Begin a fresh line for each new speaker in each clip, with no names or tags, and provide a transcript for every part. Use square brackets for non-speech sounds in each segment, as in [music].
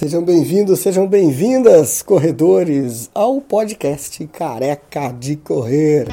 Sejam bem-vindos, sejam bem-vindas, corredores, ao podcast Careca de Correr.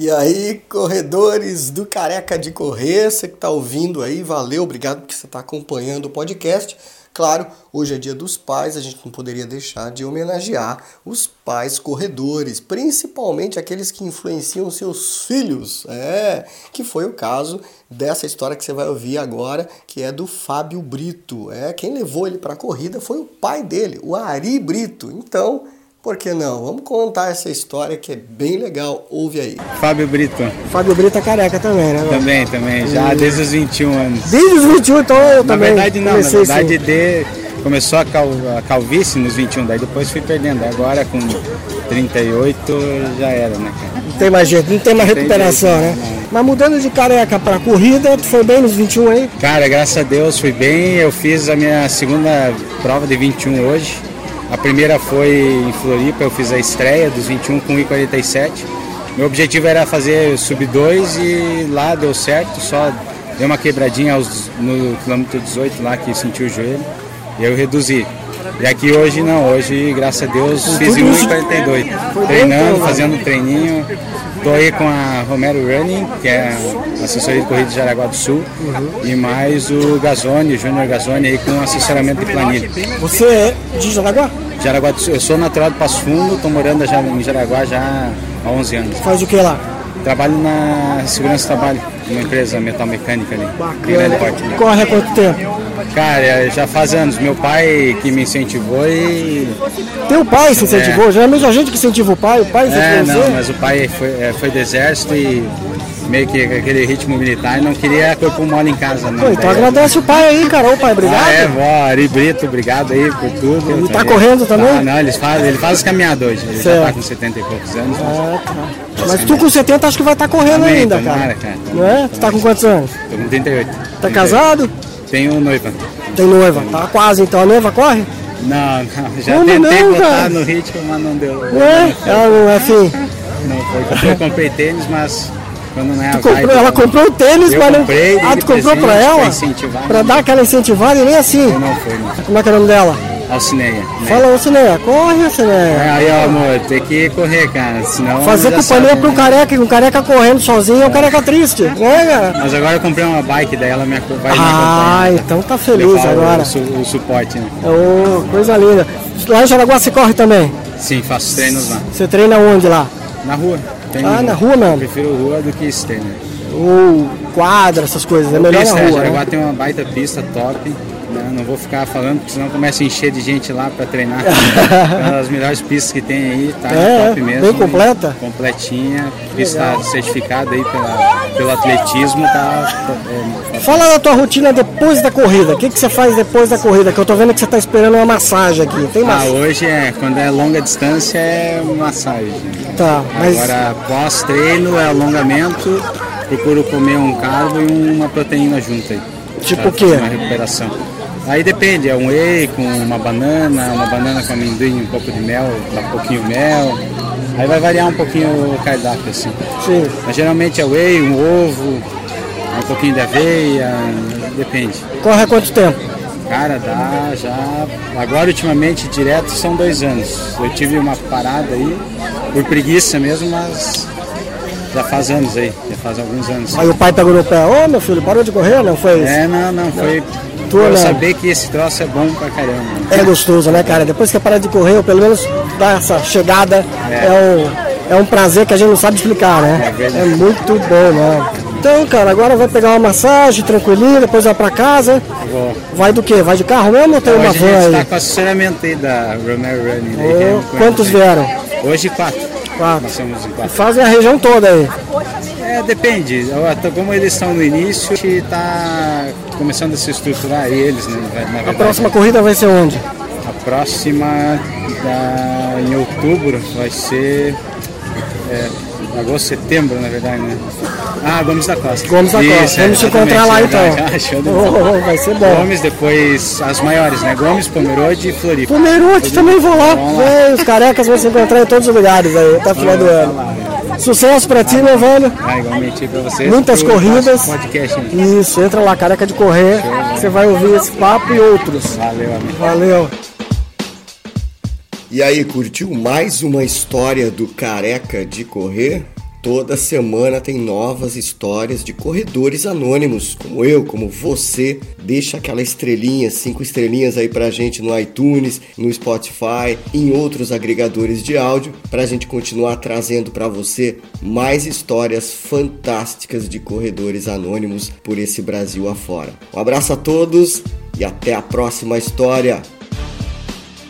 E aí, corredores do Careca de Correr, você que está ouvindo aí, valeu, obrigado que você está acompanhando o podcast. Claro, hoje é dia dos pais, a gente não poderia deixar de homenagear os pais corredores, principalmente aqueles que influenciam seus filhos. É, que foi o caso dessa história que você vai ouvir agora, que é do Fábio Brito. É, quem levou ele para a corrida foi o pai dele, o Ari Brito. Então, por que não? Vamos contar essa história que é bem legal. Ouve aí.
Fábio Brito.
Fábio Brito é careca também, né? meu?
Também, também. Já desde os 21 anos.
Desde os 21, então eu
Na
também.
verdade não, na
comecei assim.
verdade de, começou a, cal, a calvície nos 21, daí depois fui perdendo. Agora com 38 já era, né, cara?
Não tem mais jeito, não tem mais
tem
recuperação,
jeito,
né? Mas mudando de careca pra corrida, tu foi bem nos 21 aí?
Cara, graças a Deus fui bem. Eu fiz a minha segunda prova de 21 hoje. A primeira foi em Floripa, eu fiz a estreia dos 21 com 1,47. Meu objetivo era fazer sub 2 e lá deu certo, só deu uma quebradinha aos, no quilômetro 18 lá que senti o joelho e eu reduzi. E aqui hoje não, hoje graças a Deus fiz em 1,42. Treinando, fazendo um treininho. Tô aí com a Romero Running, que é a assessoria de corrida de Jaraguá do Sul, e mais o Gazone, o Júnior Gazone aí com assessoramento de planilha.
Você é de Jaraguá?
Jaraguá do Sul. Eu sou natural de Passo Fundo, estou morando já em Jaraguá já há 11 anos.
Faz o que lá?
Trabalho na segurança do trabalho, numa empresa metal mecânica ali, em grande porte.
Bacana. Corre há quanto tempo?
né? Cara, é, já faz anos, meu pai que me incentivou e...
Teu pai se incentivou? Geralmente a gente que incentiva o pai, o pai
É,
incentiva
não,
você.
mas o pai foi, é, foi do exército e meio que aquele ritmo militar não queria corpo mole em casa, não.
Pô, então
Daí-
agradece o pai aí, cara. Ô pai, obrigado.
Ah, é, vó, Ari Brito, obrigado aí por tudo. Ele
tá correndo também?
não, ele faz, ele faz caminhada hoje. Ele já
Certo.
tá com 70 e poucos anos. né? mas-
Ah, tá. Mas tu com 70 acho que vai estar correndo
Amém,
ainda,
tomara,
cara.
cara.
Não é? Tu tá com quantos anos?
Tô com 38.
Tá
38.
casado?
Tenho noiva.
Tem noiva. Tá quase então. A noiva corre?
Não, não, já
Como
tentei
não,
botar
cara?
no ritmo, mas não deu.
É? Ela não é assim.
Não foi. porque Eu comprei tênis, mas quando não é a
Comprou-
vibe,
ela comprou o tênis,
Eu
mas não.
comprei, dei
ah,
de
tu comprou
presente
pra ela?
pra incentivar,
Pra
não.
dar aquela incentivada e nem assim.
Não foi, não.
Como é que é o nome dela?
Alcineia. né?
Fala, ô Cineia, corre, ô Cineia.
Aí, ó, amor, tem que correr, cara, senão...
Fazer
É, já
companhia
sabe,
pra um
né?
careca, um careca correndo sozinho é um careca triste, né, cara?
Mas agora eu comprei uma bike, daí ela me, aco- vai me acompanhar. né?
Ah, então tá feliz
levar o
agora.
su- O, suporte, né?
É Ô, coisa linda. Lá em Jaraguá você corre também?
Sim, faço treinos lá.
Você treina onde lá?
Na rua. treino
Ah,
em
na rua não.
Prefiro rua do que esse treino.
Ou quadra, essas coisas. É melhor
Pista,
na
né?
rua.
Jaraguá
né?
tem uma baita pista top. né? Não vou ficar falando, porque senão começa a encher de gente lá pra
[laughs]
treinar. é uma das melhores pistas que tem aí, tá
É,
top
é,
mesmo.
bem completa.
Completinha, pista certificada aí pela, pelo atletismo, tá? é,
Fala da tua rotina depois da corrida. O que, que você faz depois da corrida? Que eu tô vendo que você tá esperando uma massagem aqui. Tem
Ah,
massagem?
hoje é, quando é longa distância é massagem.
Tá, mas.
Agora pós-treino é alongamento, procuro comer um carbo e uma proteína junto aí.
Tipo
pra
o quê?
fazer Uma recuperação. Aí depende, é um whey com uma banana, uma banana com amendoim, um pouco de mel, um pouquinho mel. Aí vai variar um pouquinho o cardápio assim.
Sim.
Mas geralmente é whey, um ovo, um pouquinho de aveia, depende.
Corre há quanto tempo?
Cara, dá já. Agora, ultimamente, direto são dois anos. Eu tive uma parada aí, por preguiça mesmo, mas já faz anos aí, já faz alguns anos.
Aí o pai pegou no pé. Ô meu filho, parou de correr? Não foi isso?
É, não, não, foi.
Tô
pra eu
olhando.
saber que esse troço é bom pra caramba.
É gostoso, né, cara? Depois que para de correr, ou pelo menos dar essa chegada, é.
É.
um, é um prazer que a gente não sabe explicar, né?
É verdade.
É muito bom, né? Então, cara, agora vai pegar uma massagem tranquilinha, depois vai pra casa.
Vou.
Vai do quê? Vai de carro mesmo ou tem
Hoje
uma
a
van
gente tá
aí?
com assessoramento aí da Romero Running. né, que é
Ô,
uma coisa
quantos
aí.
vieram?
Hoje quatro.
Quatro.
Nós somos em
E
quatro.
Fazem a região toda aí.
É, depende. Eu ato- Como eles estão no início, a gente tá começando a se estruturar eles, né? na
A
verdade.
próxima corrida vai ser onde?
A próxima da- em outubro vai ser. É, agosto, setembro, na verdade, né? Ah, Gomes da Costa.
Gomes da Costa.
é,
Vamos se encontrar lá,
exatamente,
então.
verdade. [laughs] Show de bola.
Oh, [laughs] vai ser bom.
Gomes, depois as maiores, né? Gomes, Pomerode e Floripa.
Pomerute também vou lá.
Vamos lá.
É, os carecas vão se encontrar em todos os lugares aí, até o final do ano. Sucesso pra ti, meu velho.
Ah, igualmente pra vocês.
Muitas
Eu faço
corridas.
Podcast. né?
Isso, entra lá, careca de correr. Você vai ouvir esse papo e outros.
Valeu, amigo.
Valeu.
E aí, curtiu mais uma história do Careca de Correr? Toda semana tem novas histórias de corredores anônimos, como eu, como você. Deixa aquela estrelinha, cinco estrelinhas aí pra gente no iTunes, no Spotify, em outros agregadores de áudio, pra gente continuar trazendo pra você mais histórias fantásticas de corredores anônimos por esse Brasil afora. Um abraço a todos e até a próxima história.